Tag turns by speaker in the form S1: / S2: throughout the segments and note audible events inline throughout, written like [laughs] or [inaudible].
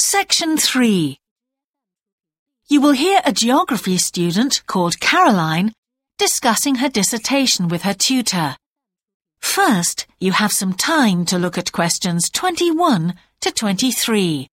S1: Section 3. You will hear a geography student called Caroline discussing her dissertation with her tutor. First, you have some time to look at questions 21 to 23.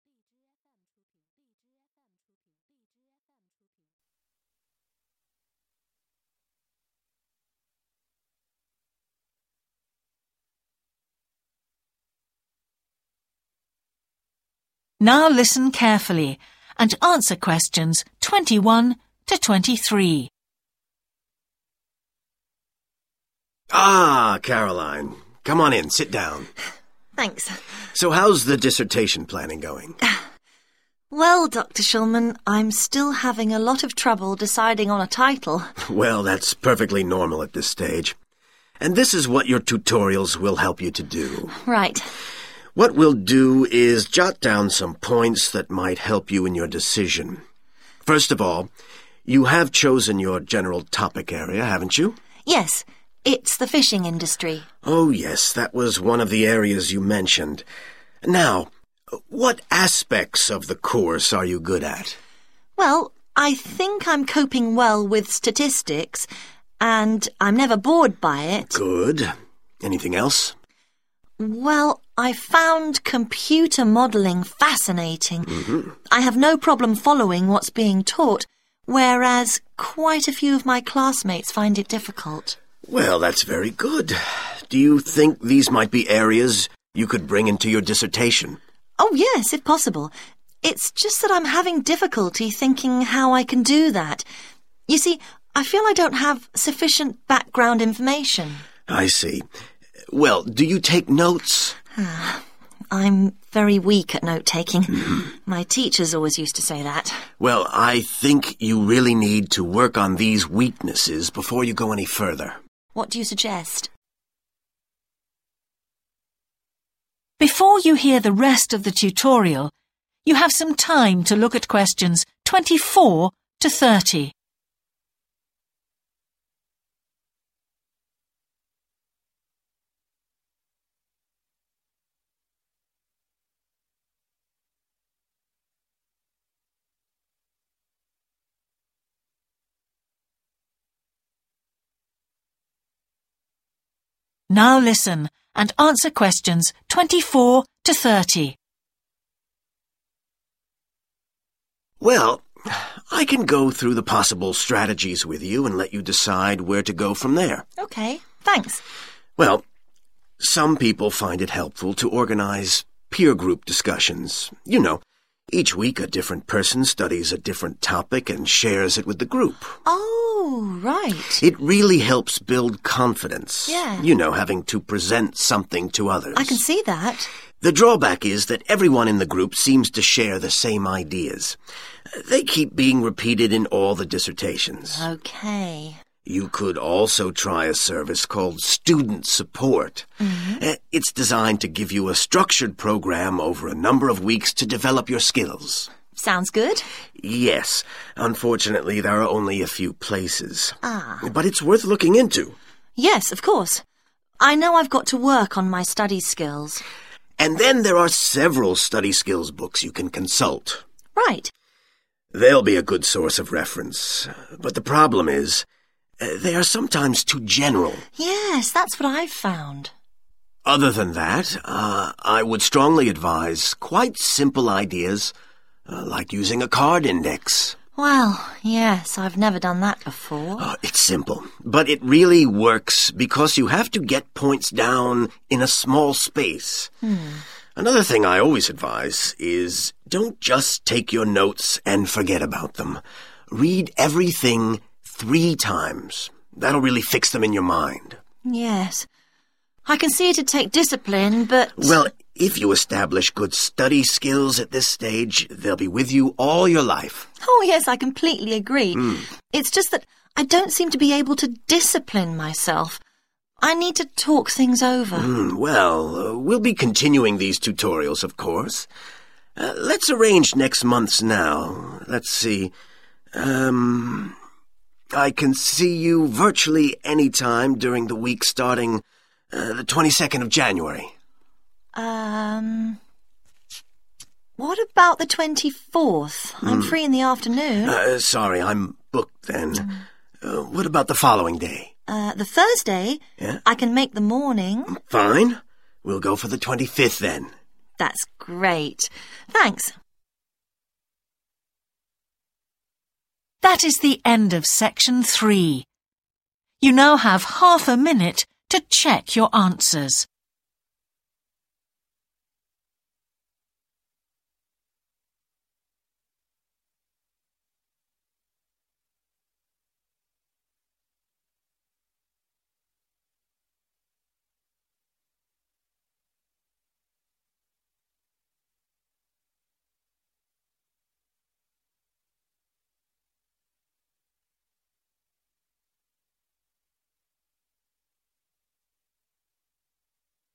S1: Now listen carefully and answer questions 21 to 23.
S2: Ah, Caroline. Come on in, sit down.
S3: Thanks.
S2: So, how's the dissertation planning going?
S3: Well, Dr. Shulman, I'm still having a lot of trouble deciding on a title.
S2: [laughs]
S3: [laughs]
S2: Well, that's perfectly normal at this stage. And this is what your tutorials will help you to do.
S3: Right.
S2: What we'll do is jot down some points that might help you in your decision. First of all, you have chosen your general topic area, haven't you?
S3: Yes, it's the fishing industry.
S2: Oh, yes, that was one of the areas you mentioned. Now, what aspects of the course are you good at?
S3: Well, I think I'm coping well with statistics, and I'm never bored by it.
S2: Good. Anything else?
S3: Well, I found computer modelling fascinating. I have no problem following what's being taught, whereas quite a few of my classmates find it difficult.
S2: Well, that's very good. Do you think these might be areas you could bring into your dissertation?
S3: Oh, yes, if possible. It's just that I'm having difficulty thinking how I can do that. You see, I feel I don't have sufficient background information.
S2: I see. Well, do you take notes?
S3: I'm very weak at note taking. My teachers always used to say that.
S2: Well, I think you really need to work on these weaknesses before you go any further.
S3: What do you suggest?
S1: Before you hear the rest of the tutorial, you have some time to look at questions 24 to 30. Now listen and answer questions 24 to 30.
S2: Well, I can go through the possible strategies with you and let you decide where to go from there.
S3: Okay, thanks.
S2: Well, some people find it helpful to organize peer group discussions. You know, each week a different person studies a different topic and shares it with the group.
S3: Oh, right.
S2: It really helps build confidence.
S3: Yeah.
S2: You know, having to present something to others.
S3: I can see that.
S2: The drawback is that everyone in the group seems to share the same ideas. They keep being repeated in all the
S3: Oh,
S2: dissertations.
S3: Okay.
S2: You could also try a service called Student Support. Eh, It's designed to give you a structured program over a number of weeks to develop your skills.
S3: Sounds good.
S2: Yes, unfortunately, there are only a few places.
S3: Ah.
S2: But it's worth looking into.
S3: Yes, of course. I know I've got to work on my study skills.
S2: And then there are several study skills books you can consult.
S3: Right.
S2: They'll be a good source of reference. But the problem is, uh, they are sometimes too general.
S3: Yes, that's what I've found.
S2: Other than that, uh, I would strongly advise quite simple ideas, uh, like using a card index.
S3: Well, yes, I've never done that before.
S2: Uh, it's simple, but it really works because you have to get points down in a small space. Another thing I always advise is don't just take your notes and forget about them. Read everything three times. That'll really fix them in your mind.
S3: Yes. I can see it'd take discipline, but.
S2: Well, if you establish good study skills at this stage, they'll be with you all your life.
S3: Oh, yes, I completely agree.
S2: Hmm.
S3: It's just that I don't seem to be able to discipline myself. I need to talk things over.
S2: Hmm, Well, uh, we'll be continuing these tutorials, of course. Uh, let's arrange next month's now. Let's see. Um, I can see you virtually any time during the week starting uh, the 22nd of January.
S3: Um. What about the 24th? I'm free in the afternoon.
S2: Hmm. Uh, sorry, I'm booked then. Uh, what about the following day?
S3: Uh, the Thursday,
S2: Yeah?
S3: I can make the morning.
S2: Fine. We'll go for the 25th then.
S3: That's great. Thanks.
S1: That is the end of section three. You now have half a minute to check your answers.